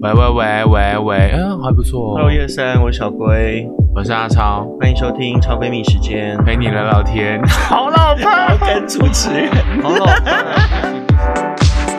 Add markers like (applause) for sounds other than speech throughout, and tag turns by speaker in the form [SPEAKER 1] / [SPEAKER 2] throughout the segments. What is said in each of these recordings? [SPEAKER 1] 喂喂喂喂喂，嗯，还不错、
[SPEAKER 2] Hello，
[SPEAKER 1] 哦。
[SPEAKER 2] 叶三，我是小龟，
[SPEAKER 1] 我是阿超，
[SPEAKER 2] 欢迎收听超闺蜜时间。
[SPEAKER 1] 陪你聊聊天。好老婆，
[SPEAKER 2] 跟
[SPEAKER 1] (laughs)
[SPEAKER 2] 主持人，好老伴啊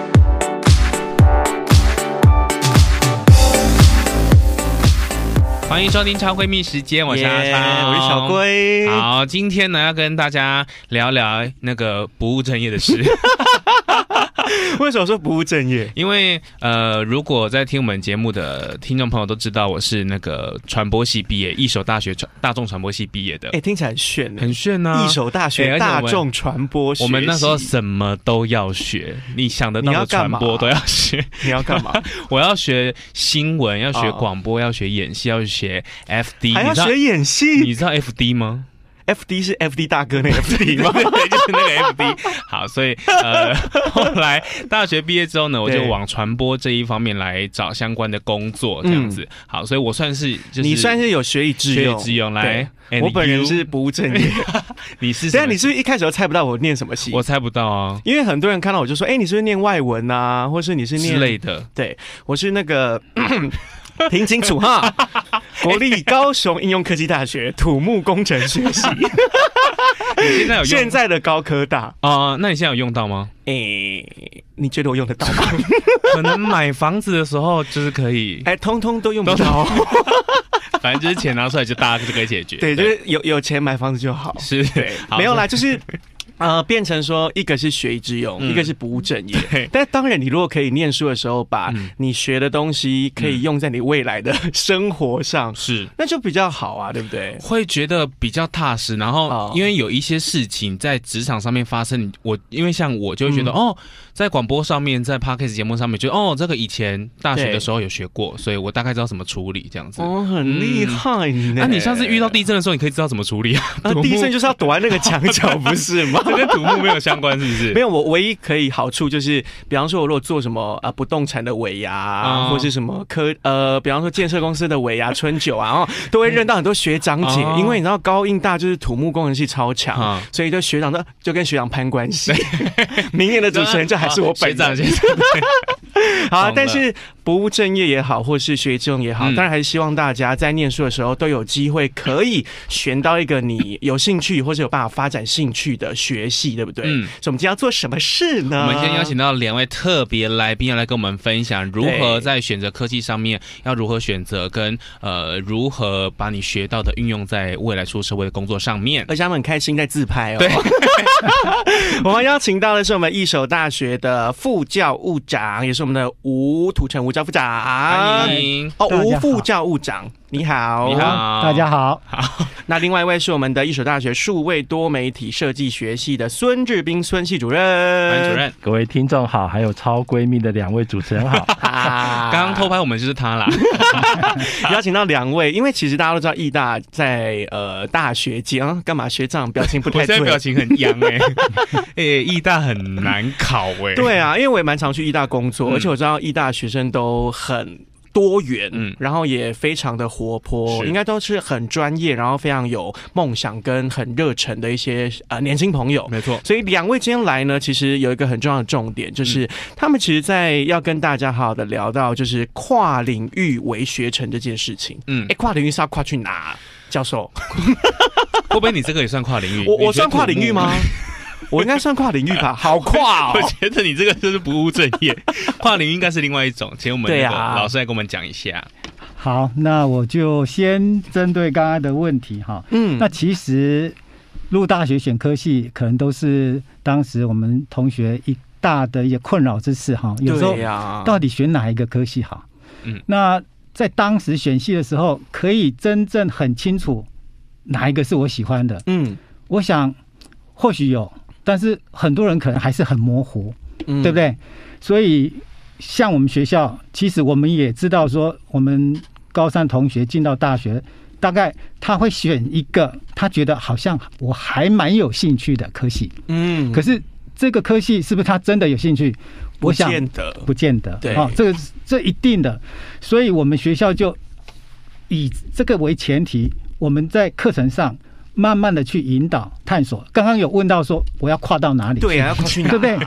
[SPEAKER 1] 欢迎收听超闺蜜时间，我是阿
[SPEAKER 2] 耶
[SPEAKER 1] 超，
[SPEAKER 2] 我是小。龟。
[SPEAKER 1] 好，今天呢要跟大家聊聊那个不务正业的事， (laughs)
[SPEAKER 2] 为什么说不务正业？
[SPEAKER 1] 因为呃，如果在听我们节目的听众朋友都知道，我是那个传播系毕业，一所大学传大众传播系毕业的
[SPEAKER 3] 哎、，听起来很炫呢、
[SPEAKER 1] 很炫呐、
[SPEAKER 3] 一手大
[SPEAKER 1] 哎而
[SPEAKER 3] 学
[SPEAKER 1] 且我
[SPEAKER 3] 大
[SPEAKER 1] 们
[SPEAKER 3] 众传播学
[SPEAKER 1] 我们那时候
[SPEAKER 3] 系
[SPEAKER 1] 什么都要学，你想得到
[SPEAKER 3] 你
[SPEAKER 1] 的
[SPEAKER 3] 要
[SPEAKER 1] 传
[SPEAKER 3] 干嘛
[SPEAKER 1] 播都要学。
[SPEAKER 3] (laughs) 你要干嘛？
[SPEAKER 1] 我要学新闻，要学
[SPEAKER 3] 哦
[SPEAKER 1] 广播，要学演戏，要学 FD。
[SPEAKER 3] 还要
[SPEAKER 1] (laughs) 你知道
[SPEAKER 3] 学演戏
[SPEAKER 1] 你知道 FD 吗？
[SPEAKER 3] ？FD 是 FD 大哥那个 (laughs) FD
[SPEAKER 1] (laughs) 对，
[SPEAKER 3] 吗？
[SPEAKER 1] 就是那个 FD。好，所以呃，后来大学毕业之后呢，我就
[SPEAKER 3] 对
[SPEAKER 1] 往传播这一方面来找相关的工作，这样子。好，所以我算是就
[SPEAKER 3] 嗯
[SPEAKER 1] 是
[SPEAKER 3] 你算是有学以致
[SPEAKER 1] 学
[SPEAKER 3] 用。
[SPEAKER 1] 以致用来。
[SPEAKER 3] 对
[SPEAKER 1] and
[SPEAKER 3] 我本人
[SPEAKER 1] you，
[SPEAKER 3] 是不务正
[SPEAKER 1] (laughs)
[SPEAKER 3] 业。
[SPEAKER 1] 你
[SPEAKER 3] 等一
[SPEAKER 1] 是什
[SPEAKER 3] 下
[SPEAKER 1] 么
[SPEAKER 3] 你是不是一开始就猜不到我念什么系？
[SPEAKER 1] 我猜不到啊
[SPEAKER 3] 因为很多人看到我就说：“哎、你是不是念外文啊？或是你是
[SPEAKER 1] 之
[SPEAKER 3] 念
[SPEAKER 1] 类的。？”
[SPEAKER 3] 对，我是那 (laughs) 个。听清楚哈， (laughs) 国立高雄应用科技大学土木工程学 (laughs) 系，
[SPEAKER 1] 你现在有用
[SPEAKER 3] 现在的高科大。
[SPEAKER 1] 啊、那你现在有用
[SPEAKER 3] (laughs)
[SPEAKER 1] 到吗？
[SPEAKER 3] 诶、你觉得我用得到吗？
[SPEAKER 1] 可能买房子的时候就是可以，
[SPEAKER 3] (laughs) 哎、通通 (laughs) 都用不
[SPEAKER 1] 都
[SPEAKER 3] 到。
[SPEAKER 1] 反正就是钱拿出来就大家就可以解决。
[SPEAKER 3] 对，就是有有钱买房子就好。
[SPEAKER 1] 是，好
[SPEAKER 3] 没有啦， (laughs) 就是。呃，变成说，一个是学以致用，
[SPEAKER 1] 嗯
[SPEAKER 3] 一个是不务正 (laughs)
[SPEAKER 1] 对
[SPEAKER 3] 业。但当然，你如果可以念书的时候，把
[SPEAKER 1] 嗯
[SPEAKER 3] 你学的东西可以用在你未来的 (laughs) 生活上，
[SPEAKER 1] 是
[SPEAKER 3] 那就比较好啊，对不对？
[SPEAKER 1] 会觉得比较踏实。然后
[SPEAKER 3] 哦
[SPEAKER 1] 因为有一些事情在职场上面发生，我因为像我就会觉
[SPEAKER 3] 嗯
[SPEAKER 1] 得、哦，在广播上面，在 podcast 节目上面，觉得哦，这个以前大学的时候有学过，所以我大概知道怎么处理这样子。
[SPEAKER 3] 哦，很厉害呢。
[SPEAKER 1] 那、你下次遇到地震的时候，你可以知道怎么处理啊？
[SPEAKER 3] 啊
[SPEAKER 1] 土木 (laughs)
[SPEAKER 3] 地震就是要躲在那个墙 (laughs) 角，不是吗？
[SPEAKER 1] 这跟土木没有相关，是不是？
[SPEAKER 3] 没有，我唯一可以好处就是，比方说，我如果做什么啊、呃不动产的尾牙、
[SPEAKER 1] 哦
[SPEAKER 3] 或是什么科呃，比方说建设公司的尾牙、春酒 (laughs) 啊，哦，都会认到很多学长姐，
[SPEAKER 1] 哦
[SPEAKER 3] 因为你知道高应大就是土木工程系超强，
[SPEAKER 1] 啊
[SPEAKER 3] 所以就学长都就跟学长攀关 (laughs) 系。明年的主持人就还是我本
[SPEAKER 1] 学
[SPEAKER 3] 人
[SPEAKER 1] 啊长，学长，
[SPEAKER 3] 好啊
[SPEAKER 1] 懂了，
[SPEAKER 3] 但是不务正业也好，或是学以致用也好，
[SPEAKER 1] 嗯
[SPEAKER 3] 当然还是希望大家在念书的时候都有机会可以选到一个你有兴趣或者有办法发展兴趣的学系，对不对？
[SPEAKER 1] 嗯
[SPEAKER 3] 所以我们今天要做什么事呢？
[SPEAKER 1] 我们今天邀请到两位特别来宾要来跟我们分享如何
[SPEAKER 3] 对
[SPEAKER 1] 在选择科技上面要如何选择，跟呃如何把你学到的运用在未来出社会的工作上面。
[SPEAKER 3] 而且他们很开心在自
[SPEAKER 1] (laughs)
[SPEAKER 3] 拍哦。
[SPEAKER 1] 对，
[SPEAKER 3] 我们邀请到的是我们一手大学的副教务长，也是我们的吴土城吴教副长。
[SPEAKER 1] 欢迎，
[SPEAKER 3] 哦，
[SPEAKER 4] 大家好
[SPEAKER 3] 吴副教务长，你好，
[SPEAKER 1] 你好，
[SPEAKER 4] 大家好，
[SPEAKER 3] 那另外一位是我们的一所大学数位多媒体设计学系的孙志斌孙系主任。
[SPEAKER 1] 安主任。
[SPEAKER 4] 各位听众好，还有超闺蜜的两位主持人好。
[SPEAKER 3] 啊
[SPEAKER 1] 刚刚偷拍我们就是他 (laughs) 啦，
[SPEAKER 3] (laughs) 邀请到两位，因为其实大家都知道艺大在呃大学界啊，干嘛学长表情不
[SPEAKER 1] 我
[SPEAKER 3] 太
[SPEAKER 1] 现在表
[SPEAKER 3] 对。
[SPEAKER 1] 情很央哎、欸，哎、艺大很难考哎、
[SPEAKER 3] 对啊，因为我也蛮常去艺大工作，
[SPEAKER 1] 嗯
[SPEAKER 3] 而且我知道艺大学生都很多元，
[SPEAKER 1] 嗯
[SPEAKER 3] 然后也非常的活泼，
[SPEAKER 1] 是
[SPEAKER 3] 应该都是很专业，然后非常有梦想跟很热忱的一些呃年轻朋友。
[SPEAKER 1] 没错，
[SPEAKER 3] 所以两位今天来呢，其实有一个很重要的重点，就是、他们其实，在要跟大家好好的聊到就是跨领域为学成这件事情。
[SPEAKER 1] 嗯
[SPEAKER 3] 哎、，跨领域是要跨去哪？教授，
[SPEAKER 1] 会不会你这个也算跨领域？
[SPEAKER 3] 我
[SPEAKER 1] 你
[SPEAKER 3] 我
[SPEAKER 1] 觉
[SPEAKER 3] 算
[SPEAKER 1] 得
[SPEAKER 3] 跨领域吗
[SPEAKER 1] 土木？
[SPEAKER 3] (laughs) 我应该算跨领域
[SPEAKER 1] (laughs)
[SPEAKER 3] 吧，好跨
[SPEAKER 1] 我
[SPEAKER 3] 哦！
[SPEAKER 1] 觉得你这个就是不务正 (laughs) 业，跨领域应该是另外一种，请我们那
[SPEAKER 3] 对
[SPEAKER 1] 个
[SPEAKER 3] 啊
[SPEAKER 1] 老师来跟我们讲一下。
[SPEAKER 4] (laughs) 好，那我就先针对刚刚的问题哈。
[SPEAKER 3] 嗯
[SPEAKER 4] 那其实入大学选科系，可能都是当时我们同学一大的一些困扰之事哈。有时候
[SPEAKER 3] 对呀，
[SPEAKER 4] 到底选哪一个科系好？
[SPEAKER 1] 嗯，
[SPEAKER 4] 那在当时选系的时候，可以真正很清楚哪一个是我喜欢的。
[SPEAKER 3] 嗯
[SPEAKER 4] 我想或许有，但是很多人可能还是很模糊。
[SPEAKER 3] 嗯
[SPEAKER 4] 对不？对？所以像我们学校，其实我们也知道说，我们高三同学进到大学，大概他会选一个他觉得好像我还蛮有兴趣的科系，
[SPEAKER 3] 嗯，
[SPEAKER 4] 可是这个科系是不是他真的有兴趣？我
[SPEAKER 3] 不
[SPEAKER 4] 想
[SPEAKER 3] 见得
[SPEAKER 4] 不见得，
[SPEAKER 3] 对
[SPEAKER 4] 哦，这个是这一定的，所以我们学校就以这个为前提，我们在课程上慢慢的去引导探索。刚刚有问到说我要跨到哪里？
[SPEAKER 3] 对啊，要跨去哪？
[SPEAKER 4] (laughs) 对不
[SPEAKER 1] (laughs)
[SPEAKER 4] 对？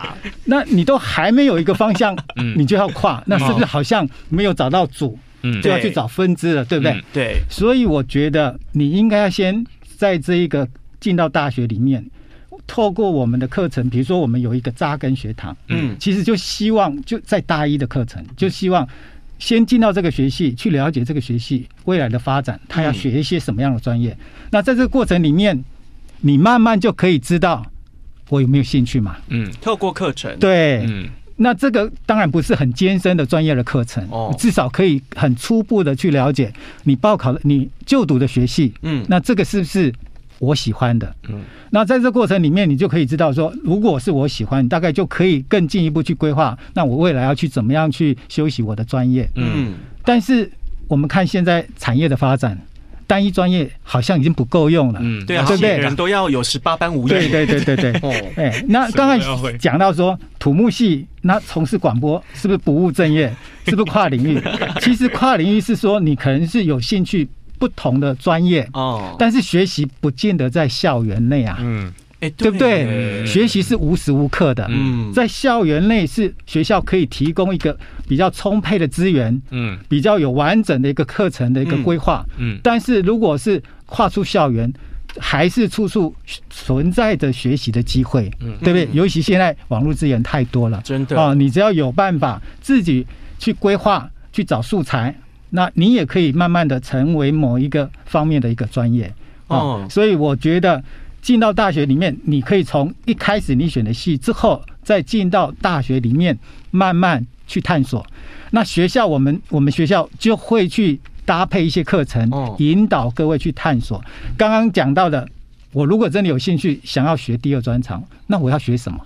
[SPEAKER 4] 那你都还没有一个方向，
[SPEAKER 1] 嗯
[SPEAKER 4] 你就要跨，那是不是好像没有找到主，
[SPEAKER 1] 嗯
[SPEAKER 4] 就要去找分支了，对不对
[SPEAKER 1] 嗯？
[SPEAKER 3] 对，
[SPEAKER 4] 所以我觉得你应该要先在这一个进到大学里面，透过我们的课程，比如说我们有一个扎根学堂，
[SPEAKER 3] 嗯
[SPEAKER 4] 其实就希望就在大一的课程，
[SPEAKER 1] 嗯
[SPEAKER 4] 就希望先进到这个学系去了解这个学系未来的发展，他
[SPEAKER 1] 嗯
[SPEAKER 4] 要学一些什么样的专业。那在这个过程里面，你慢慢就可以知道我有没有兴趣嘛？
[SPEAKER 1] 嗯
[SPEAKER 3] 透过课程，
[SPEAKER 4] 对，
[SPEAKER 1] 嗯
[SPEAKER 4] 那这个当然不是很艰深的专业的课程，
[SPEAKER 3] 哦
[SPEAKER 4] 至少可以很初步的去了解你报考的你就读的学系，
[SPEAKER 3] 嗯
[SPEAKER 4] 那这个是不是我喜欢的？
[SPEAKER 1] 嗯，
[SPEAKER 4] 那在这过程里面，你就可以知道说，如果是我喜欢，你大概就可以更进一步去规划，那我未来要去怎么样去修习我的专业。
[SPEAKER 1] 嗯，
[SPEAKER 4] 但是我们看现在产业的发展，单一专业好像已经不够用了。
[SPEAKER 1] 嗯
[SPEAKER 3] 对啊，
[SPEAKER 4] 对不对
[SPEAKER 3] 人都要有十八般武艺，
[SPEAKER 4] 对对对对对。
[SPEAKER 3] 哦，
[SPEAKER 4] 哎、那刚
[SPEAKER 1] 什么都要会
[SPEAKER 4] 才讲到说土木系，那从事广播是不是不务正业？是不是跨领域？其实跨领域是说你可能是有兴趣不同的专业，
[SPEAKER 3] 哦，
[SPEAKER 4] 但是学习不见得在校园内啊，
[SPEAKER 1] 嗯
[SPEAKER 3] 哎，
[SPEAKER 4] 对不
[SPEAKER 1] 嗯
[SPEAKER 4] 对？学习是无时无刻的，
[SPEAKER 3] 嗯，
[SPEAKER 4] 在校园内是学校可以提供一个比较充沛的资源，
[SPEAKER 1] 嗯
[SPEAKER 4] 比较有完整的一个课程的一个规划。
[SPEAKER 1] 嗯
[SPEAKER 4] 但是如果是跨出校园，还是处处存在着学习的机会，
[SPEAKER 1] 嗯
[SPEAKER 4] 对不对
[SPEAKER 3] 嗯？
[SPEAKER 4] 尤其现在网络资源太多了，
[SPEAKER 3] 真的
[SPEAKER 4] 啊、你只要有办法自己去规划、去找素材，那你也可以慢慢的成为某一个方面的一个专业。啊
[SPEAKER 3] 哦
[SPEAKER 4] 所以我觉得进到大学里面，你可以从一开始你选的系之后，再进到大学里面慢慢去探索。那学校我们我们学校就会去搭配一些课程
[SPEAKER 3] 哦，
[SPEAKER 4] 引导各位去探索。刚刚讲到的，我如果真的有兴趣想要学第二专长，那我要学什么？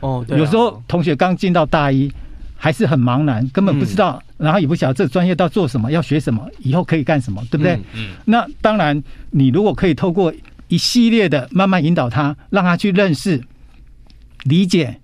[SPEAKER 3] 哦，对啊
[SPEAKER 4] 有时候同学刚进到大一，还是很茫然，根本不知
[SPEAKER 3] 嗯
[SPEAKER 4] 道，然后也不晓得这个专业到做什么，要学什么，以后可以干什么，对不对？
[SPEAKER 3] 嗯
[SPEAKER 1] 嗯
[SPEAKER 4] 那当然，你如果可以透过一系列的慢慢引导他，让他去认识、理解，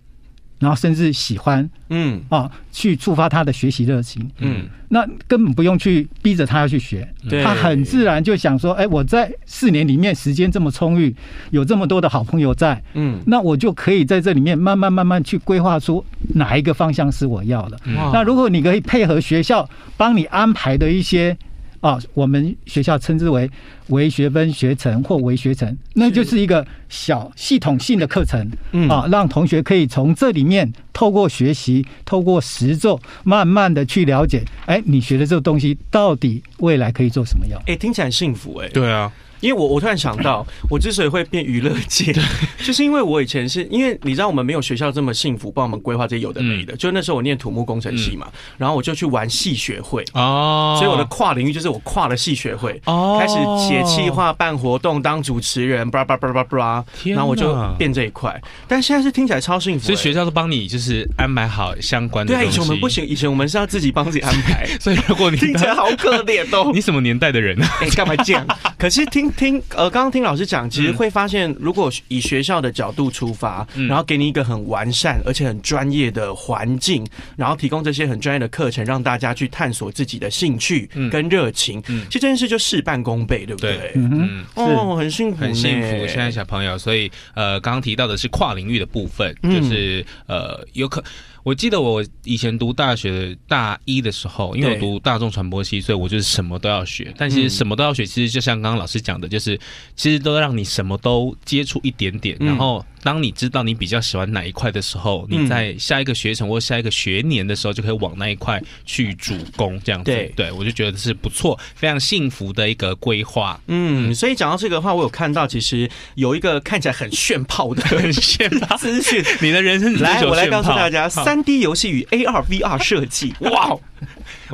[SPEAKER 4] 然后甚至喜欢
[SPEAKER 3] 嗯
[SPEAKER 4] 啊，去触发他的学习热情。
[SPEAKER 1] 嗯
[SPEAKER 4] 那根本不用去逼着他要去学，
[SPEAKER 3] 对
[SPEAKER 4] 他很自然就想说：“哎、我在四年里面时间这么充裕，有这么多的好朋友在，
[SPEAKER 3] 嗯，
[SPEAKER 4] 那我就可以在这里面慢慢慢慢去规划出哪一个方向是我要的。
[SPEAKER 3] 啊
[SPEAKER 1] 哇
[SPEAKER 4] 那如果你可以配合学校帮你安排的一些啊，我们学校称之为为学分学程或为学程，那就是一个小系统性的课程
[SPEAKER 3] 嗯
[SPEAKER 4] 啊，让同学可以从这里面透过学习、透过实作，慢慢的去了解，哎，你学的这个东西到底未来可以做什么用？
[SPEAKER 3] 哎，听起来很幸福哎，
[SPEAKER 1] 对啊，
[SPEAKER 3] 因为我我突然想
[SPEAKER 1] (laughs)
[SPEAKER 3] 到，我之所以会变娱乐界，就是因为我以前是因为你知道我们没有学校这么幸福，帮我们规划这些有的没
[SPEAKER 1] 嗯
[SPEAKER 3] 的。就那时候我念土木工程系嘛，然后我就去玩系学会，
[SPEAKER 1] 哦，
[SPEAKER 3] 所以我的跨领域就是我跨了系学会。
[SPEAKER 1] 哦
[SPEAKER 3] 开始写企，划、办活动、当主持人，叭叭叭叭叭，
[SPEAKER 1] 天哪
[SPEAKER 3] 然后我就变这一块。但现在是听起来超幸福、
[SPEAKER 1] 所
[SPEAKER 3] 欸，
[SPEAKER 1] 以学校都帮你就是安排好相关的
[SPEAKER 3] 对啊，
[SPEAKER 1] 东
[SPEAKER 3] 以
[SPEAKER 1] 西
[SPEAKER 3] 前我们不，行，以前我们是要自己帮自己安
[SPEAKER 1] (laughs)
[SPEAKER 3] 排，
[SPEAKER 1] 所以如果你。
[SPEAKER 3] 听起来好可怜哦
[SPEAKER 1] 你什么年代的人啊？
[SPEAKER 3] (laughs) 哎、干嘛这
[SPEAKER 1] (laughs)
[SPEAKER 3] 样？可是听听呃，刚刚听老师讲，其实会发现，如果以学校的角度出发，
[SPEAKER 1] 嗯
[SPEAKER 3] 然后给你一个很完善而且很专业的环境，然后提供这些很专业的课程，让大家去探索自己的兴趣
[SPEAKER 1] 嗯
[SPEAKER 3] 跟热情，
[SPEAKER 1] 嗯
[SPEAKER 3] 其实这件事就事半功倍，对不对？
[SPEAKER 1] 对
[SPEAKER 4] 嗯哼，
[SPEAKER 1] 嗯，
[SPEAKER 3] 哦，很幸福，
[SPEAKER 1] 很幸福，现在。小朋友，所以呃，刚刚提到的是跨领域的部分，
[SPEAKER 3] 嗯
[SPEAKER 1] 就是呃，有可，我记得我以前读大学大一的时候，因为我
[SPEAKER 3] 对
[SPEAKER 1] 读大众传播系，所以我就是什么都要学。但其实
[SPEAKER 3] 嗯
[SPEAKER 1] 什么都要学，其实就像刚刚老师讲的，就是其实都让你什么都接触一点点，
[SPEAKER 3] 嗯
[SPEAKER 1] 然后当你知道你比较喜欢哪一块的时候，
[SPEAKER 3] 嗯
[SPEAKER 1] 你在下一个学程或下一个学年的时候，就可以往那一块去主攻，这样子
[SPEAKER 3] 对。
[SPEAKER 1] 对我就觉得是不错，非常幸福的一个
[SPEAKER 3] (laughs)
[SPEAKER 1] 规划。
[SPEAKER 3] 嗯，所以讲到这个的话，我有看到其实有一个看起来很炫炮
[SPEAKER 1] (laughs)
[SPEAKER 3] 的很炫炮资讯，
[SPEAKER 1] 你的人生只
[SPEAKER 3] (laughs)
[SPEAKER 1] 是
[SPEAKER 3] 来
[SPEAKER 1] 有
[SPEAKER 3] 我来
[SPEAKER 1] 炫
[SPEAKER 3] 告诉
[SPEAKER 1] 炮
[SPEAKER 3] 大家，
[SPEAKER 1] 好
[SPEAKER 3] 三 D 游戏与 AR VR 设计，哇哦，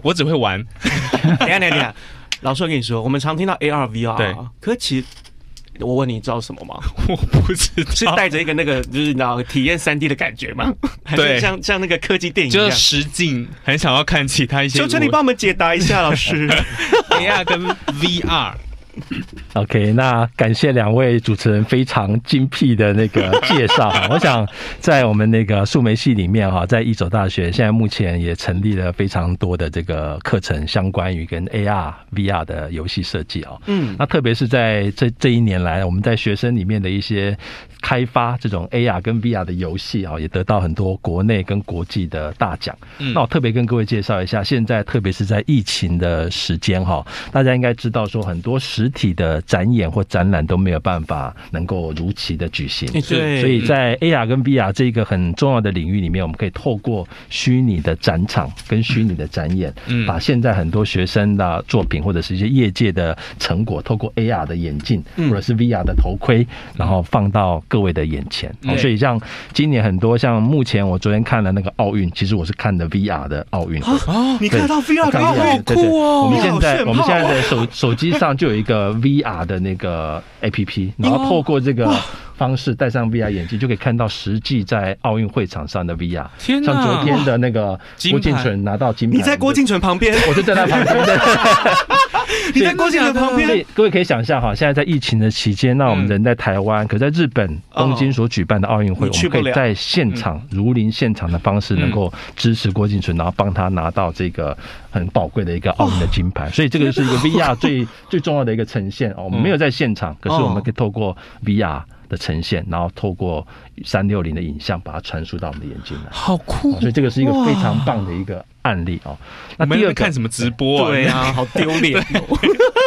[SPEAKER 1] 我只会玩， (laughs)
[SPEAKER 3] (laughs) 等一下，等一下，等一下，老师，我跟你说，我们常听到 AR、VR，
[SPEAKER 1] 对
[SPEAKER 3] 啊可其实我问你，你知道什
[SPEAKER 5] (laughs)
[SPEAKER 3] 么吗？
[SPEAKER 1] 我不知道。
[SPEAKER 3] 是带啊着一个那个，就是你知道体验三 D 的感觉
[SPEAKER 5] (laughs)
[SPEAKER 3] 吗？还是
[SPEAKER 1] 对
[SPEAKER 3] 像像那个科技电影一
[SPEAKER 1] 就
[SPEAKER 3] 样
[SPEAKER 1] 是。实境，很想要看其他一些。
[SPEAKER 5] (laughs)
[SPEAKER 3] 求求你帮我们解答一下，老师。
[SPEAKER 1] AR 跟 VR
[SPEAKER 5] OK，那感谢两位主持人非常精辟的那个介绍哈。我想在我们那个树莓系里面哈，在一所大学现在目前也成立了非常多的这个课程，相关于跟 AR、VR 的游戏设计哦。
[SPEAKER 3] 嗯，
[SPEAKER 5] 那特别是在这这一年来，我们在学生里面的一些开发这种 AR 跟 VR 的游戏啊，也得到很多国内跟国际的大奖。
[SPEAKER 1] 嗯
[SPEAKER 5] 那我特别跟各位介绍一下，现在特别是在疫情的时间哈，大家应该知道说很多实体的展演或展览都没有办法能够如期的举行。
[SPEAKER 3] 对，
[SPEAKER 1] 嗯
[SPEAKER 5] 所以在 AR 跟 VR 这个很重要的领域里面，我们可以透过虚拟的展场跟虚拟的展演，
[SPEAKER 1] 嗯
[SPEAKER 5] 把现在很多学生的作品或者是一些业界的成果，透过 AR 的眼镜
[SPEAKER 3] 嗯
[SPEAKER 5] 或者是 VR 的头盔，然后放到各位的眼前。哦
[SPEAKER 1] 嗯对
[SPEAKER 5] 所以像今年很多像目前我昨天看了那个奥运，其实我是看的 VR 的奥运
[SPEAKER 3] 啊
[SPEAKER 5] 会。
[SPEAKER 1] 哦，
[SPEAKER 2] 你看到 VR
[SPEAKER 5] 看
[SPEAKER 2] 的
[SPEAKER 5] 一
[SPEAKER 2] 好
[SPEAKER 5] 下对对
[SPEAKER 2] 酷哦！
[SPEAKER 5] 我们现在
[SPEAKER 2] 你好炫
[SPEAKER 5] 我们现在
[SPEAKER 2] 炮哦
[SPEAKER 5] 的手手机上就有一个 VR 的那个 APP，然
[SPEAKER 2] 哦
[SPEAKER 5] 后透过这个方式戴上 VR 眼镜，就可以看到实际在奥运会场上的 VR。
[SPEAKER 1] 天哪
[SPEAKER 5] 像昨天的那个
[SPEAKER 1] 金牌
[SPEAKER 5] 郭敬淳拿到金牌，
[SPEAKER 2] 你在郭敬淳旁边，
[SPEAKER 5] 我就，我就站在旁边。
[SPEAKER 2] 你在郭敬淳旁
[SPEAKER 5] 所
[SPEAKER 2] 边，
[SPEAKER 3] (laughs)
[SPEAKER 2] 嗯
[SPEAKER 5] 以各位可以想象哈，现在在疫情的期间，那我们人在台湾，可在日本东京所举办的奥运会，
[SPEAKER 2] 哦你
[SPEAKER 5] 我
[SPEAKER 2] 去不
[SPEAKER 5] 们可
[SPEAKER 2] 了嗯
[SPEAKER 5] 以在现场如临现场的方式，能够支持郭敬淳，然后帮他拿到这个很宝贵的一个奥运的金
[SPEAKER 2] 哦
[SPEAKER 5] 牌。所以这个就是一个 VR 最 (laughs) 最重要的一个呈现哦。我们
[SPEAKER 2] 嗯
[SPEAKER 5] 没有在现场，可
[SPEAKER 2] 哦
[SPEAKER 5] 是我们可以透过 VR 的呈现，然后透过三六零的影像，把它传输到我们的眼睛来。
[SPEAKER 1] 好酷
[SPEAKER 5] 哦所以这个是一个非常棒的一个案例哦。 (laughs) 那
[SPEAKER 1] 我们
[SPEAKER 5] 第
[SPEAKER 1] 在
[SPEAKER 5] 二
[SPEAKER 1] 那
[SPEAKER 5] 个
[SPEAKER 1] 看什么直播啊？
[SPEAKER 3] 对啊，好丢脸
[SPEAKER 5] (laughs)
[SPEAKER 3] 哦，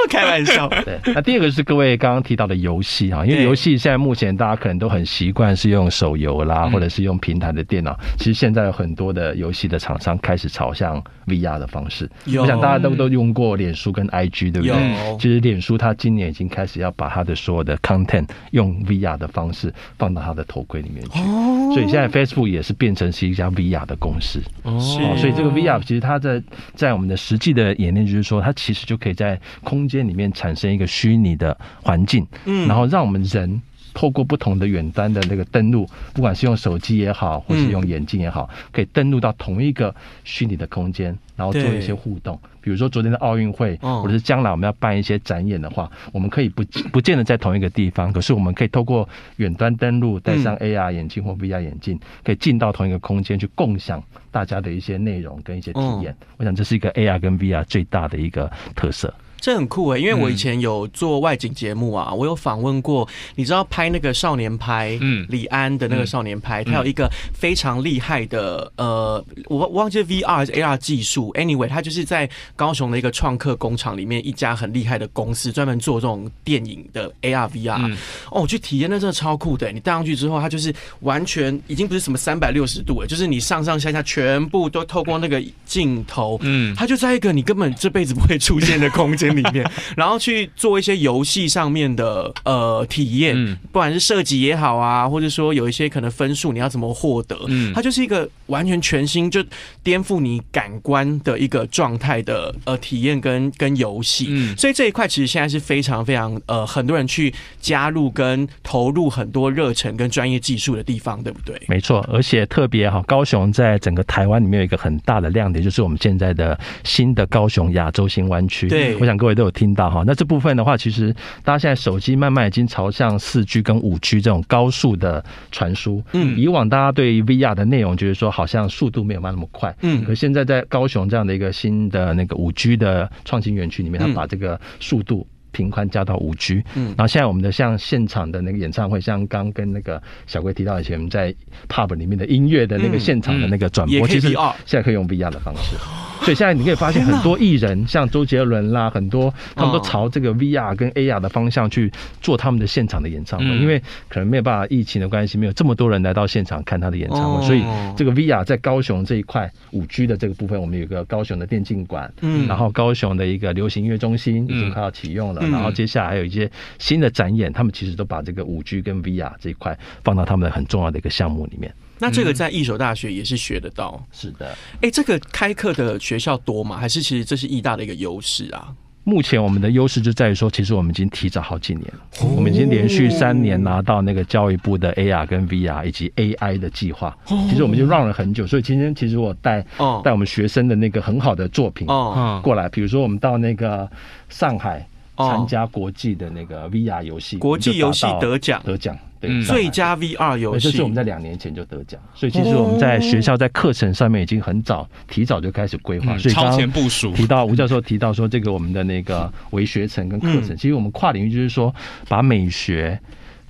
[SPEAKER 3] 开玩笑，
[SPEAKER 5] 对，那第二个是各位刚刚提到的游戏啊，因为
[SPEAKER 3] 对
[SPEAKER 5] 游戏现在目前大家可能都很习惯是用手游啦，
[SPEAKER 1] 嗯
[SPEAKER 5] 或者是用平台的电脑。其实现在有很多的游戏的厂商开始朝向 VR 的方式。
[SPEAKER 3] 有
[SPEAKER 5] 我想大家都都用过脸书跟 IG，对不对
[SPEAKER 3] 有？
[SPEAKER 5] 其实脸书它今年已经开始要把它的所有的 content 用 VR 的方式放到它的头盔里面去。
[SPEAKER 3] 哦
[SPEAKER 5] 所以现在 Facebook 也是变成是一家 VR 的公司。
[SPEAKER 1] 哦，
[SPEAKER 5] 哦，所以
[SPEAKER 3] 嗯
[SPEAKER 5] 这个 VR 其实它在在我们的实际的演练，就是说它其实就可以在空间里面产生一个虚拟的环境，嗯，然后让我们人。透过不同的远端的那个登录，不管是用手机也好，或是用眼镜也好，可以登录到同一个虚拟的空间，然后做
[SPEAKER 3] 对
[SPEAKER 5] 一些互动。比如说昨天的奥运会，
[SPEAKER 3] 哦
[SPEAKER 5] 或者是将来我们要办一些展演的话，我们可以不不见得在同一个地方，可是我们可以透过远端登录，戴上 AR 眼镜或 VR 眼镜，可以进到同一个空间去共享大家的一些内容跟一些体验。我想这是一个 AR 跟 VR 最大的一个特色。
[SPEAKER 3] 这很酷诶、欸因为
[SPEAKER 1] 嗯
[SPEAKER 3] 我以前有做外景节目啊，我有访问过，你知道拍那个少年拍，
[SPEAKER 1] 嗯
[SPEAKER 3] 李安的那个少年拍，他有一个非常厉害的，呃，我我忘记是 VR 还是 AR 技术，anyway，他就是在高雄的一个创客工厂里面一家很厉害的公司，专门做这种电影的 AR VR，、
[SPEAKER 1] 嗯
[SPEAKER 3] 哦，我去体验那真的超酷的、你戴上去之后，它就是完全已经不是什么三百六十度了，就是你上上下下全部都透过那个镜头，
[SPEAKER 1] 嗯，
[SPEAKER 3] 它就在一个你根本这辈子不会出现的空间里面，然后去做一些游戏上面的呃体验，
[SPEAKER 1] 嗯
[SPEAKER 3] 不管是射击也好啊，或者说有一些可能分数你要怎么获得，
[SPEAKER 1] 嗯
[SPEAKER 3] 它就是一个完全全新就颠覆你感官的一个状态的呃体验跟跟游戏。
[SPEAKER 1] 嗯
[SPEAKER 3] 所以这一块其实现在是非常非常呃，很多人去加入跟投入很多热忱跟专业技术的地方，对不对？
[SPEAKER 5] 没错，而且特别哈，高雄在整个台湾里面有一个很大的亮点，就是我们现在的新的高雄亚洲新湾区。
[SPEAKER 3] 对
[SPEAKER 5] 我想各位都有听到哈。那这部分的话，其实大家现在手机慢慢已经朝向四 G 跟五 G 这种高速的传输。
[SPEAKER 3] 嗯
[SPEAKER 5] 以往大家对于 VR 的内容就是说，好像速度没有那么快。
[SPEAKER 3] 嗯
[SPEAKER 5] 可现在在高雄这样的一个新的那个五 G 的创新园区里面，它
[SPEAKER 3] 嗯
[SPEAKER 5] 把这个速度。频宽加到五 G，
[SPEAKER 3] 嗯
[SPEAKER 5] 然后现在我们的像现场的那个演唱会，像刚跟那个小龟提到以前我们在 pub 里面的音乐的那个
[SPEAKER 3] 嗯
[SPEAKER 5] 现场的那个转
[SPEAKER 3] 也
[SPEAKER 5] 播，
[SPEAKER 3] 可以哦
[SPEAKER 5] 其实
[SPEAKER 3] VR
[SPEAKER 5] 现在可以用 VR 的方式，所以现在你可以发现很多艺人，像周杰伦啦，很多他们都
[SPEAKER 3] 哦
[SPEAKER 5] 朝这个 VR 跟 AR 的方向去做他们的现场的演唱会，
[SPEAKER 1] 嗯
[SPEAKER 5] 因为可能没有办法疫情的关系，没有这么多人来到现场看他的演唱
[SPEAKER 3] 哦
[SPEAKER 5] 会，所以这个 VR 在高雄这一块五 G 的这个部分，我们有一个高雄的电竞馆，
[SPEAKER 3] 嗯
[SPEAKER 5] 然后哦高雄的一个流行音乐中心已经
[SPEAKER 1] 嗯
[SPEAKER 5] 快要启用了，
[SPEAKER 3] 嗯
[SPEAKER 5] 然后接下来还有一些新的展演，他们其实都把这个五 G 跟 VR 这一块放到他们的很重要的一个项目里面。
[SPEAKER 3] 那
[SPEAKER 1] 嗯
[SPEAKER 3] 这个在一所大学也是学得到。
[SPEAKER 5] 是的，
[SPEAKER 3] 哎、这个开课的学校多吗？还是其实这是艺大的一个优势啊？
[SPEAKER 5] 目前我们的优势就在于说，其实我们已经提早好几年了，我们已经连续三年拿到那个教育部的 AR 跟 VR 以及 AI 的计划，其实我们就 run 了很久。所以今天其实我带
[SPEAKER 3] 哦
[SPEAKER 5] 带我们学生的那个很好的作品
[SPEAKER 3] 哦，
[SPEAKER 1] 嗯
[SPEAKER 5] 过来，比如说我们到那个上海。参加国际的那个 VR 游戏，
[SPEAKER 3] 国际游戏
[SPEAKER 5] 我们就达到
[SPEAKER 3] 得奖
[SPEAKER 5] 得奖，
[SPEAKER 1] 嗯
[SPEAKER 5] 对，上海
[SPEAKER 3] 最佳 VR 游
[SPEAKER 5] 对这
[SPEAKER 3] 戏
[SPEAKER 5] 是我们在两年前就得奖，所以其实我们在学校在课程上面已经很早、提早就开始规划，
[SPEAKER 1] 嗯
[SPEAKER 5] 所以刚
[SPEAKER 1] 超
[SPEAKER 5] 刚
[SPEAKER 1] 前部署
[SPEAKER 5] 提到吴教授提到说，这个我们的那个为学程跟课程，其实我们跨领域就是说把美学。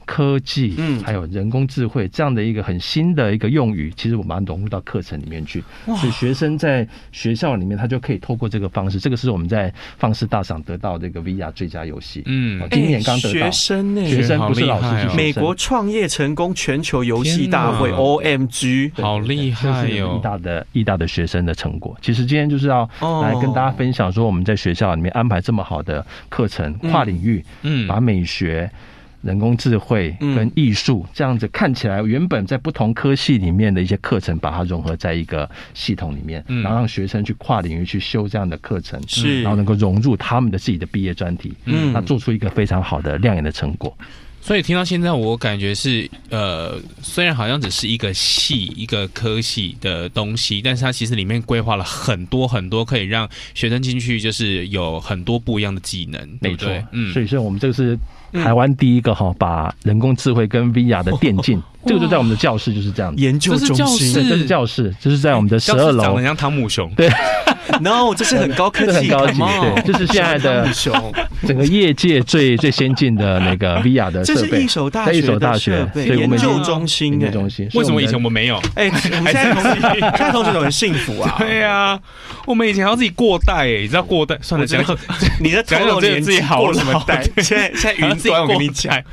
[SPEAKER 5] 科技，
[SPEAKER 3] 嗯
[SPEAKER 5] 还有人工智慧这样的一个很新的一个用语，其实我们把它融入到课程里面去，所以学生在学校里面他就可以透过这个方式，这个是我们在放肆大赏得到这个 VR 最佳游戏，
[SPEAKER 1] 嗯
[SPEAKER 5] 哦今年刚得到
[SPEAKER 3] 学，生呢、
[SPEAKER 5] 学生不是老师，
[SPEAKER 1] 好厉害哦
[SPEAKER 5] 是学生
[SPEAKER 3] 美国创业成功全球游戏大会
[SPEAKER 1] 天哪
[SPEAKER 3] OMG，
[SPEAKER 5] 对
[SPEAKER 1] 好
[SPEAKER 5] 对对
[SPEAKER 1] 厉
[SPEAKER 5] 这
[SPEAKER 1] 害哦
[SPEAKER 5] 是
[SPEAKER 1] 哟
[SPEAKER 5] 义大的义大的学生的成果。其实今天就是要
[SPEAKER 3] 哦
[SPEAKER 5] 来跟大家分享说，我们在学校里面安排这么好的课程，跨领域，
[SPEAKER 1] 嗯
[SPEAKER 5] 把美学。人工智慧
[SPEAKER 3] 嗯
[SPEAKER 5] 跟艺术这样子看起来，原本在不同科系里面的一些课程，把它融合在一个系统里面，
[SPEAKER 1] 嗯
[SPEAKER 5] 然后让学生去跨领域去修这样的课程，
[SPEAKER 3] 是
[SPEAKER 5] 然后能够融入他们的自己的毕业专题，
[SPEAKER 3] 嗯
[SPEAKER 5] 那做出一个非常好的亮眼的成果。
[SPEAKER 1] 所以听到现在，我感觉是呃，虽然好像只是一个系一个科系的东西，但是它其实里面规划了很多很多可以让学生进去，就是有很多不一样的技能，对
[SPEAKER 5] 没
[SPEAKER 1] 不
[SPEAKER 5] 错
[SPEAKER 1] 对，嗯
[SPEAKER 5] 所，以说我们这个是台湾第一个哈，把人工智慧跟 VR 的电
[SPEAKER 1] (laughs)
[SPEAKER 5] 竞，这个就在我们的教室就是这样子。
[SPEAKER 3] 研究
[SPEAKER 1] 这是
[SPEAKER 3] 中
[SPEAKER 1] 教
[SPEAKER 3] 心
[SPEAKER 1] 室
[SPEAKER 5] 对，这是教室，这是在我们的十
[SPEAKER 1] 像是
[SPEAKER 5] 二
[SPEAKER 1] 长得
[SPEAKER 5] 楼
[SPEAKER 1] 很，像汤姆熊，
[SPEAKER 5] 对，
[SPEAKER 3] ，No，这是很高科
[SPEAKER 5] 这
[SPEAKER 3] 技，
[SPEAKER 5] 很高级
[SPEAKER 3] come on
[SPEAKER 5] 对这是现在的
[SPEAKER 3] 小汤姆熊 (laughs)
[SPEAKER 5] 整个业界最最先进的那个 VR 的
[SPEAKER 3] 这
[SPEAKER 5] 设
[SPEAKER 3] 是
[SPEAKER 5] 备
[SPEAKER 3] 一，手大
[SPEAKER 5] 在一
[SPEAKER 3] 学
[SPEAKER 5] 所
[SPEAKER 3] 的
[SPEAKER 5] 大
[SPEAKER 3] 设
[SPEAKER 5] 学，
[SPEAKER 3] 备
[SPEAKER 5] 所以我
[SPEAKER 3] 研
[SPEAKER 5] 们
[SPEAKER 3] 究中心
[SPEAKER 5] 研
[SPEAKER 3] 哎
[SPEAKER 5] 究中心。
[SPEAKER 1] 为什么以前我
[SPEAKER 5] 所
[SPEAKER 1] 们没有？
[SPEAKER 3] 哎，我们现在同
[SPEAKER 5] (laughs)
[SPEAKER 3] 学，现在同学都很幸福啊。
[SPEAKER 1] 对啊，我们以前还要自己过带哎，你知道过带？算了，讲讲
[SPEAKER 3] 你的头脑
[SPEAKER 1] 讲讲这个
[SPEAKER 3] 年
[SPEAKER 1] 自己
[SPEAKER 3] 纪
[SPEAKER 1] 好
[SPEAKER 3] 过
[SPEAKER 1] 了什么
[SPEAKER 3] 老
[SPEAKER 1] 带？
[SPEAKER 3] 现在现在
[SPEAKER 1] 还要
[SPEAKER 3] 云
[SPEAKER 1] 自己
[SPEAKER 3] 端，我跟你
[SPEAKER 1] 啊过
[SPEAKER 3] 讲，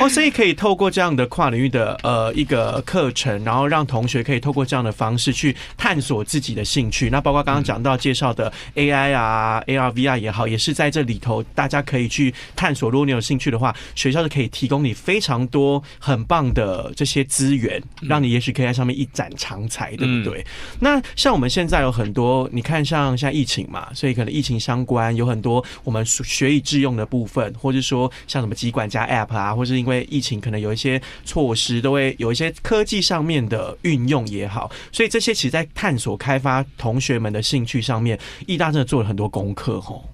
[SPEAKER 3] (laughs) 哦，所以可以透过这样的跨领域的呃一个课程，然后让同学可以透过这样的方式去探索自己的兴趣。那包括刚刚讲到介绍的 AI 啊、AR、VR 也好，也是在这里头大家可以去探索。如果你有兴趣的话，学校是可以提供你非常多很棒的这些资源，让你也许可以在上面一展长才，对不对？那像我们现在有很多，你看像像疫情嘛，所以可能疫情相关有很多我们学以致用的部分，或者说像什么机管家 App 啊，或是因为疫情可能有一些措施，都会有一些科技上面的运用也好，所以这些其实在探索开发同学们的兴趣上面，义大真的做了很多功课吼。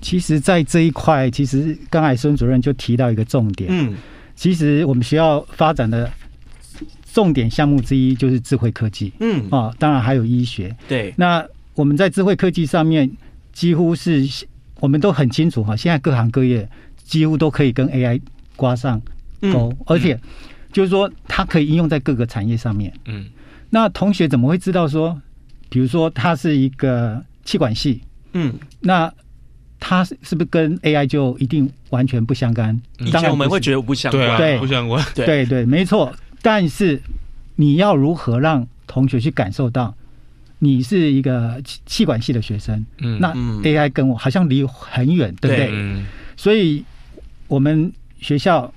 [SPEAKER 4] 其实，在这一块，其实刚才孙主任就提到一个重点，
[SPEAKER 3] 嗯，
[SPEAKER 4] 其实我们学校发展的重点项目之一就是智慧科技
[SPEAKER 3] 嗯，
[SPEAKER 4] 啊、当然还有医学。
[SPEAKER 3] 对，
[SPEAKER 4] 那我们在智慧科技上面，几乎是我们都很清楚哈，现在各行各业几乎都可以跟 AI 挂上
[SPEAKER 3] 嗯
[SPEAKER 4] 钩，而且就是说它可以应用在各个产业上面。
[SPEAKER 1] 嗯
[SPEAKER 4] 那同学怎么会知道说，比如说他是一个气管系，
[SPEAKER 3] 嗯，
[SPEAKER 4] 那他是是不是跟 AI 就一定完全不相干？
[SPEAKER 3] 嗯以
[SPEAKER 4] 当
[SPEAKER 3] 前
[SPEAKER 4] 然
[SPEAKER 3] 我们
[SPEAKER 4] 不
[SPEAKER 3] 会
[SPEAKER 4] 是
[SPEAKER 3] 觉得不相
[SPEAKER 1] 对
[SPEAKER 3] 关，
[SPEAKER 1] 啊，
[SPEAKER 4] 对
[SPEAKER 1] 不想我
[SPEAKER 3] 对
[SPEAKER 4] 对对，没错。但是你要如何让同学去感受到你是一个气气管系的学生？
[SPEAKER 1] 嗯
[SPEAKER 4] 那
[SPEAKER 3] 嗯
[SPEAKER 4] AI 跟我好像离很远，对不
[SPEAKER 3] 对
[SPEAKER 4] 对？
[SPEAKER 1] 嗯
[SPEAKER 4] 所以我们学校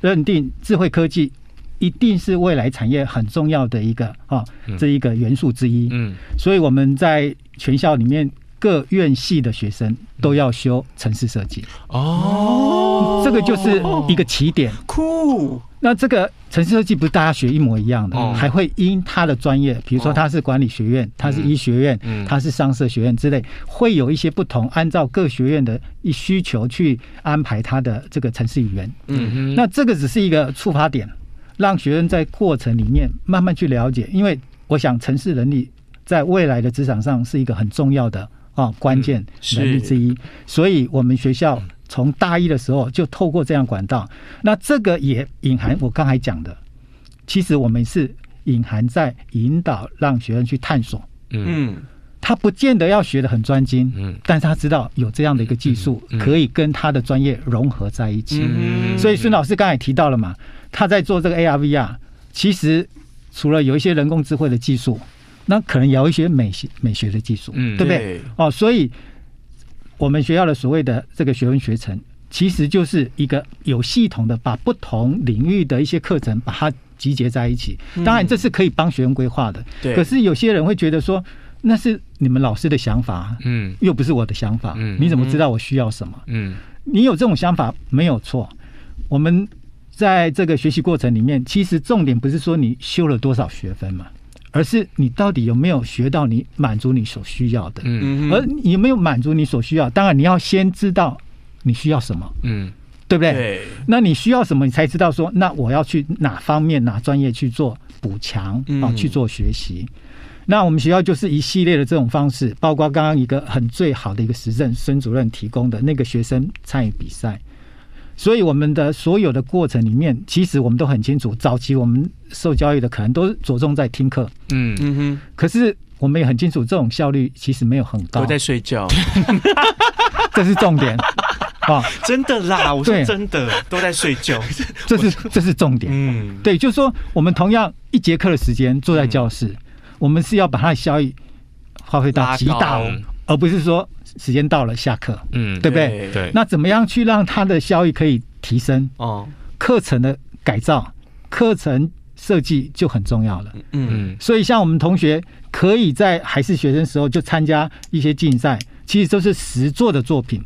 [SPEAKER 4] 认定智慧科技一定是未来产业很重要的一个啊、
[SPEAKER 1] 嗯
[SPEAKER 4] 这一个元素之一。
[SPEAKER 1] 嗯
[SPEAKER 4] 所以我们在全校里面各院系的学生都要修城市设计，
[SPEAKER 1] 哦，
[SPEAKER 4] 这个就是一个起点。
[SPEAKER 3] 酷，
[SPEAKER 4] 那这个城市设计不是大家学一模一样的，
[SPEAKER 1] 哦
[SPEAKER 4] 还会因他的专业，比如说他是管理学院，他是医学院，
[SPEAKER 1] 嗯
[SPEAKER 4] 他是商社学院之类，会有一些不同，按照各学院的一需求去安排他的这个城市语言。
[SPEAKER 1] 嗯哼
[SPEAKER 4] 那这个只是一个触发点，让学生在过程里面慢慢去了解，因为我想城市能力在未来的职场上是一个很重要的啊、关键能力之一，所以我们学校从大一的时候就透过这样管道，那这个也隐含我刚才讲的，其实我们是隐含在引导让学生去探索。
[SPEAKER 1] 嗯
[SPEAKER 3] 嗯，
[SPEAKER 4] 他不见得要学得很专精，
[SPEAKER 1] 嗯
[SPEAKER 4] 但是他知道有这样的一个技术，
[SPEAKER 1] 嗯嗯
[SPEAKER 4] 可以跟他的专业融合在一起。
[SPEAKER 3] 嗯
[SPEAKER 4] 所以孙老师刚才也提到了嘛，他在做这个 AR VR，其实除了有一些人工智慧的技术，那可能也有一些美学美学的技术，
[SPEAKER 1] 嗯
[SPEAKER 4] 对不对？
[SPEAKER 3] 对
[SPEAKER 4] 哦，所以我们学校的所谓的这个学问学程，其实就是一个有系统的把不同领域的一些课程把它集结在一起。
[SPEAKER 1] 嗯
[SPEAKER 4] 当然，这是可以帮学生规划的。
[SPEAKER 3] 对
[SPEAKER 4] 可是有些人会觉得说，那是你们老师的想法啊，
[SPEAKER 1] 嗯
[SPEAKER 4] 又不是我的想法
[SPEAKER 1] 嗯，
[SPEAKER 4] 你怎么知道我需要什么？
[SPEAKER 1] 嗯
[SPEAKER 4] 你有这种想法没有错。我们在这个学习过程里面，其实重点不是说你修了多少学分嘛，而是你到底有没有学到你满足你所需要的，
[SPEAKER 1] 嗯
[SPEAKER 3] 嗯
[SPEAKER 4] 而你有没有满足你所需要，当然你要先知道你需要什么，
[SPEAKER 1] 嗯
[SPEAKER 4] 对不对？
[SPEAKER 3] 对，
[SPEAKER 4] 那你需要什么，你才知道说，那我要去哪方面哪专业去做补强啊、
[SPEAKER 3] 嗯
[SPEAKER 4] 去做学习。那我们学校就是一系列的这种方式，包括刚刚一个很最好的一个实证孙主任提供的那个学生参与比赛。所以我们的所有的过程里面，其实我们都很清楚，早期我们受教育的可能都是着重在听课，
[SPEAKER 1] 嗯，
[SPEAKER 3] 嗯
[SPEAKER 4] 可是我们也很清楚这种效率其实没有很
[SPEAKER 3] 哼，
[SPEAKER 4] 高
[SPEAKER 3] 都，在睡觉，
[SPEAKER 4] 这是
[SPEAKER 3] (laughs)
[SPEAKER 4] 重点啊，
[SPEAKER 1] (laughs)
[SPEAKER 3] 真的啦，我说
[SPEAKER 4] 对
[SPEAKER 3] 真的，都在睡觉。
[SPEAKER 4] 这是这是重点。
[SPEAKER 3] 嗯，
[SPEAKER 4] 对，就是说我们同样一节课的时间坐在教室，
[SPEAKER 3] 嗯
[SPEAKER 4] 我们是要把它的效益发挥到极大
[SPEAKER 3] 拉
[SPEAKER 4] 哦
[SPEAKER 3] 高，
[SPEAKER 4] 而不是说时间到了下课。
[SPEAKER 1] 嗯，
[SPEAKER 4] 对不对
[SPEAKER 1] 对，
[SPEAKER 4] 那怎么样去让它的效益可以提升？
[SPEAKER 3] 哦，
[SPEAKER 4] 课程的改造、课程设计就很重要了。
[SPEAKER 3] 嗯，
[SPEAKER 1] 嗯
[SPEAKER 4] 所以，像我们同学可以在还是学生时候就参加一些竞赛，其实都是实作的作品，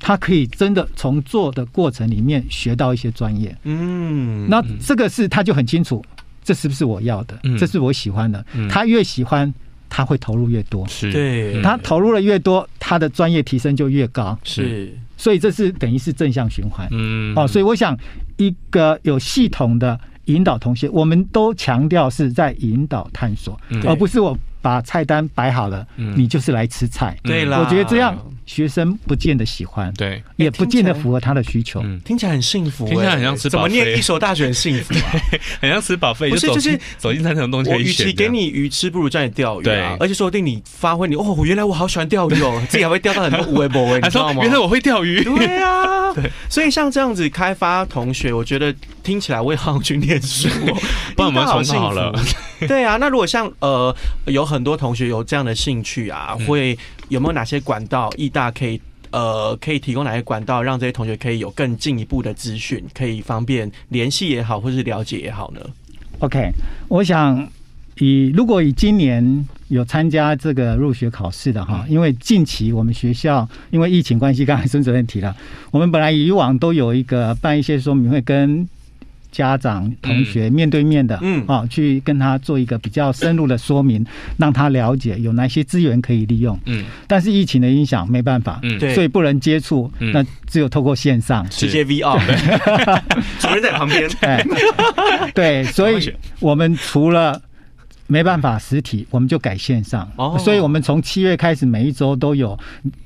[SPEAKER 4] 他可以真的从做的过程里面学到一些专业。
[SPEAKER 3] 嗯，
[SPEAKER 4] 那这个是他就很清楚，这是不是我要的
[SPEAKER 1] 嗯，
[SPEAKER 4] 这是我喜欢的
[SPEAKER 1] 嗯。
[SPEAKER 4] 他越喜欢，他会投入越多，
[SPEAKER 1] 是，
[SPEAKER 3] 对
[SPEAKER 1] 嗯
[SPEAKER 4] 他投入的越多，他的专业提升就越高。
[SPEAKER 1] 是，
[SPEAKER 3] 是
[SPEAKER 4] 所以这是等于是正向循环。
[SPEAKER 1] 嗯
[SPEAKER 4] 哦，所以我想一个有系统的引导同学，我们都强调是在引导探索，
[SPEAKER 1] 嗯
[SPEAKER 4] 而不是我把菜单摆好了，
[SPEAKER 1] 嗯
[SPEAKER 4] 你就是来吃菜。
[SPEAKER 3] 对啦，
[SPEAKER 4] 我觉得这样学生不见得喜欢，
[SPEAKER 1] 对，
[SPEAKER 4] 也不见得
[SPEAKER 3] 听起来
[SPEAKER 4] 符合他的需求。
[SPEAKER 1] 嗯，
[SPEAKER 3] 听起来很幸福欸，
[SPEAKER 1] 听起来很像吃
[SPEAKER 3] 怎
[SPEAKER 1] 饱
[SPEAKER 3] 么念
[SPEAKER 1] 飞
[SPEAKER 3] 一所大学很幸
[SPEAKER 1] (laughs)
[SPEAKER 3] 福啊？
[SPEAKER 1] 很像吃饱费，
[SPEAKER 3] 不是
[SPEAKER 1] 走
[SPEAKER 3] 就是
[SPEAKER 1] 走进三层东西
[SPEAKER 3] 我
[SPEAKER 1] 可以
[SPEAKER 3] 与
[SPEAKER 1] 选
[SPEAKER 3] 其
[SPEAKER 1] 这
[SPEAKER 3] 给
[SPEAKER 1] 样，
[SPEAKER 3] 你鱼吃，不如叫你钓鱼啊
[SPEAKER 1] 对！
[SPEAKER 3] 而且说不定你发挥你哦，原来我好喜欢钓鱼
[SPEAKER 1] (laughs)
[SPEAKER 3] 哦，自己还会钓到很多无为博为，你
[SPEAKER 1] 他
[SPEAKER 3] 知道
[SPEAKER 1] 说
[SPEAKER 3] 吗？
[SPEAKER 1] 原来我会钓
[SPEAKER 3] (laughs)
[SPEAKER 1] 鱼，
[SPEAKER 3] 对
[SPEAKER 1] (laughs)
[SPEAKER 3] 啊，所以像这样子开发同学，我觉得听起来我也好想去念书、
[SPEAKER 1] (laughs)
[SPEAKER 3] 哦，
[SPEAKER 1] 不然我们重考好
[SPEAKER 3] 好
[SPEAKER 1] 了。
[SPEAKER 3] (laughs) 对啊，那如果像呃有很多同学有这样的兴趣啊，
[SPEAKER 1] 嗯
[SPEAKER 3] 会有没有哪些管道义大可以？呃，可以提供哪些管道让这些同学可以有更进一步的资讯，可以方便联系也好，或是了解也好呢？
[SPEAKER 4] OK，我想以如果以今年有参加这个入学考试的
[SPEAKER 1] 嗯
[SPEAKER 4] 哈，因为近期我们学校因为疫情关系，刚才孙主任提了，我们本来以往都有一个办一些说明会跟。家长、同学面对面的，
[SPEAKER 3] 嗯
[SPEAKER 4] 啊，去跟他做一个比较深入的说明，让他了解有哪些资源可以利用。
[SPEAKER 1] 嗯
[SPEAKER 4] 但是疫情的影响，没办法，
[SPEAKER 1] 嗯，
[SPEAKER 3] 对
[SPEAKER 4] 所以不能接触，
[SPEAKER 1] 嗯
[SPEAKER 4] 那只有透过线上。
[SPEAKER 1] 是
[SPEAKER 3] 直接
[SPEAKER 1] (laughs)
[SPEAKER 3] VR，主任在旁边，
[SPEAKER 4] 哎，对，所以我们除了没办法实体，我们就改线上。
[SPEAKER 3] 哦
[SPEAKER 4] 所以我们从七月开始，每一周都有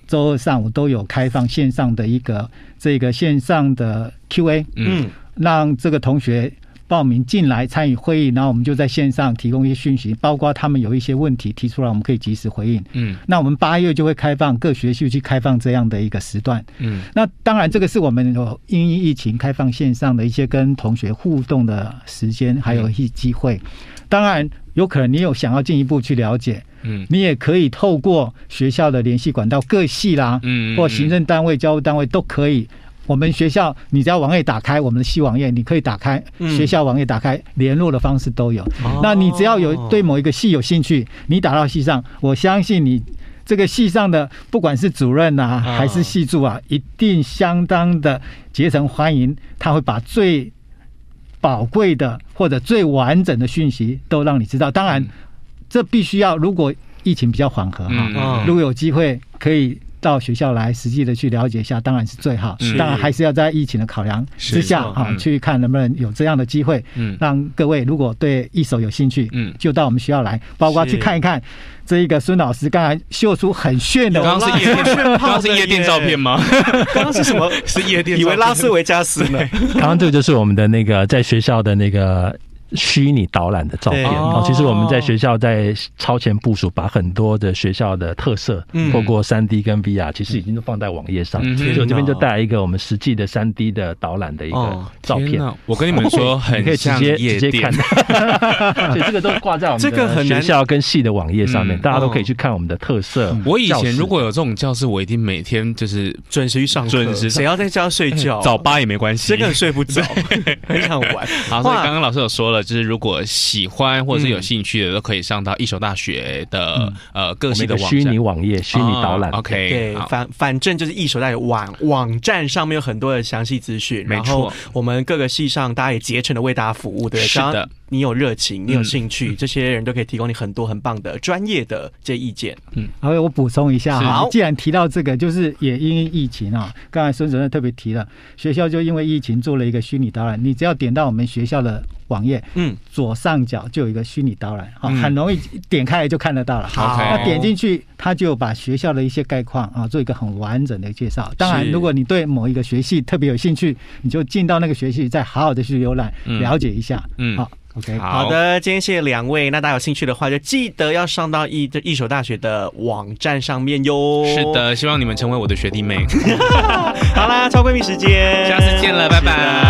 [SPEAKER 4] 周二上午都有开放线上的一个这个线上的 Q&A，
[SPEAKER 1] 嗯
[SPEAKER 3] 嗯，
[SPEAKER 4] 让这个同学。报名进来参与会议，然后我们就在线上提供一些讯息，包括他们有一些问题提出来，我们可以及时回应。
[SPEAKER 1] 嗯
[SPEAKER 4] 那我们八月就会开放各学校去开放这样的一个时段，
[SPEAKER 1] 嗯
[SPEAKER 4] 那当然，这个是我们有因应疫情开放线上的一些跟同学互动的时间，还有一些机会。
[SPEAKER 1] 嗯
[SPEAKER 4] 当然，有可能你有想要进一步去了解，
[SPEAKER 1] 嗯
[SPEAKER 4] 你也可以透过学校的联系管道，各系啦，
[SPEAKER 1] 嗯嗯
[SPEAKER 4] 或行政单位、教务单位都可以。我们学校，你只要网页打开，我们的系网页你可以打开，
[SPEAKER 3] 嗯
[SPEAKER 4] 学校网页打开，联络的方式都有。
[SPEAKER 3] 哦
[SPEAKER 4] 那你只要有对某一个系有兴趣，你打到系上，我相信你这个系上的不管是主任啊，
[SPEAKER 3] 嗯
[SPEAKER 4] 还是系助啊，一定相当的竭诚欢迎，他会把最宝贵的或者最完整的讯息都让你知道。当然
[SPEAKER 1] 嗯，
[SPEAKER 4] 这必须要如果疫情比较缓
[SPEAKER 3] 啊
[SPEAKER 4] 和哈，
[SPEAKER 1] 嗯
[SPEAKER 4] 如果有机会可以。到学校来实际的去了解一下，当然是最好
[SPEAKER 1] 是。
[SPEAKER 4] 当然还是要在疫情的考量之下
[SPEAKER 3] 是
[SPEAKER 4] 啊，
[SPEAKER 1] 嗯
[SPEAKER 4] 去看能不能有这样的机会。
[SPEAKER 1] 嗯
[SPEAKER 4] 让各位如果对一手有兴趣，
[SPEAKER 1] 嗯
[SPEAKER 4] 就到我们学校来，包括去看一看这一个孙老师刚才秀出很炫的，
[SPEAKER 1] 刚刚是夜店，刚刚是夜店照
[SPEAKER 3] (laughs)
[SPEAKER 1] 片吗？
[SPEAKER 3] 刚刚是什么？
[SPEAKER 1] (laughs) 是夜店，
[SPEAKER 3] 以为拉斯维加斯呢？
[SPEAKER 5] (laughs) 刚刚这个就是我们的那个在学校的那个。虚拟导览的照片
[SPEAKER 3] 对
[SPEAKER 5] 哦，其实我们在学校在超前部署，把很多的学校的特色
[SPEAKER 3] 嗯，
[SPEAKER 5] 透过三 D 跟 VR，其实已经都放在网页上。
[SPEAKER 1] 嗯
[SPEAKER 5] 所以我这边
[SPEAKER 3] 天哪
[SPEAKER 5] 就带来一个我们实际的三 D 的导览的一个
[SPEAKER 3] 哦
[SPEAKER 5] 照片，
[SPEAKER 1] 我跟你们说，很
[SPEAKER 5] 你可以直
[SPEAKER 1] 像
[SPEAKER 5] 接
[SPEAKER 1] 夜
[SPEAKER 5] 直接
[SPEAKER 1] 店
[SPEAKER 5] 看。，
[SPEAKER 1] (laughs)
[SPEAKER 5] 对，这个都挂在我们
[SPEAKER 3] 这个
[SPEAKER 5] 的
[SPEAKER 3] 很难
[SPEAKER 5] 学校跟系的网页上面，
[SPEAKER 1] 嗯
[SPEAKER 5] 大家都可以去看我们的特色。
[SPEAKER 1] 我以
[SPEAKER 5] 教
[SPEAKER 1] 前
[SPEAKER 5] 室
[SPEAKER 1] 如果有这种教室，我一定每天就是
[SPEAKER 3] 准时去上课，
[SPEAKER 1] 准时上嗯
[SPEAKER 3] 谁要在家睡觉？
[SPEAKER 1] 早八也没关系
[SPEAKER 3] 真。的睡不着，很想玩。
[SPEAKER 1] (laughs) 好，所以刚刚老师有说了，就是如果喜欢或者是
[SPEAKER 3] 嗯
[SPEAKER 1] 有兴趣的，都可以上到一所大学的呃各
[SPEAKER 5] 我们
[SPEAKER 1] 系
[SPEAKER 5] 一
[SPEAKER 1] 的
[SPEAKER 5] 个
[SPEAKER 1] 网
[SPEAKER 5] 虚
[SPEAKER 1] 站
[SPEAKER 5] 拟网页、虚拟导览
[SPEAKER 1] 哦，OK，
[SPEAKER 3] 对，
[SPEAKER 1] 好
[SPEAKER 3] 反反正就是一手在网网站上面有很多的详细资讯，
[SPEAKER 1] 没
[SPEAKER 3] 然后
[SPEAKER 1] 错
[SPEAKER 3] 我们各个系上大家也竭诚的为大家服务，对不对，
[SPEAKER 1] 是的
[SPEAKER 3] 刚刚你有热情，你有
[SPEAKER 1] 嗯
[SPEAKER 3] 兴趣，这些人都可以提供你很多很棒的专业的这意见。
[SPEAKER 4] 好，我补充一下哈
[SPEAKER 3] 好，
[SPEAKER 4] 既然提到这个，就是也因为疫情啊，刚才孙主任特别提了，学校就因为疫情做了一个虚拟导览，你只要点到我们学校的网页
[SPEAKER 3] 嗯，
[SPEAKER 4] 左上角就有一个虚拟导览，哈、啊
[SPEAKER 1] 嗯
[SPEAKER 4] 很容易点开来就看得到了。
[SPEAKER 3] 好
[SPEAKER 4] 那
[SPEAKER 1] OK
[SPEAKER 4] 点进去，它就把学校的一些概况啊，做一个很完整的介绍。当然，
[SPEAKER 3] 是
[SPEAKER 4] 如果你对某一个学系特别有兴趣，你就进到那个学系，再好好的去浏览、
[SPEAKER 1] 嗯
[SPEAKER 4] 了解一下。
[SPEAKER 1] 嗯
[SPEAKER 4] 好，OK，
[SPEAKER 1] 好
[SPEAKER 3] 好，的，今天谢谢两位。那大家有兴趣的话，就记得要上到一这一手大学的网站上面哟。
[SPEAKER 1] 是，的，希望你们成为我的学弟妹。
[SPEAKER 3] 好啦，超闺蜜时间，
[SPEAKER 1] 下次见了拜拜
[SPEAKER 3] 是的